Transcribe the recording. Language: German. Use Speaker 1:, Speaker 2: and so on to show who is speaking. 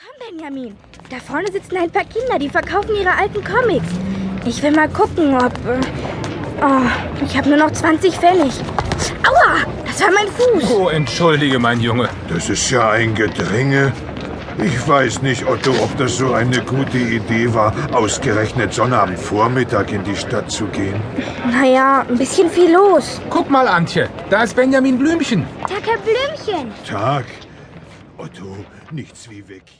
Speaker 1: Komm, Benjamin. Da vorne sitzen ein paar Kinder, die verkaufen ihre alten Comics. Ich will mal gucken, ob. äh, Oh, ich habe nur noch 20 Pfennig. Aua, das war mein Fuß.
Speaker 2: Oh, entschuldige, mein Junge.
Speaker 3: Das ist ja ein Gedränge. Ich weiß nicht, Otto, ob das so eine gute Idee war, ausgerechnet Sonnabendvormittag in die Stadt zu gehen.
Speaker 1: Naja, ein bisschen viel los.
Speaker 2: Guck mal, Antje. Da ist Benjamin Blümchen.
Speaker 1: Tag, Herr Blümchen.
Speaker 3: Tag. Otto, nichts wie weg hier.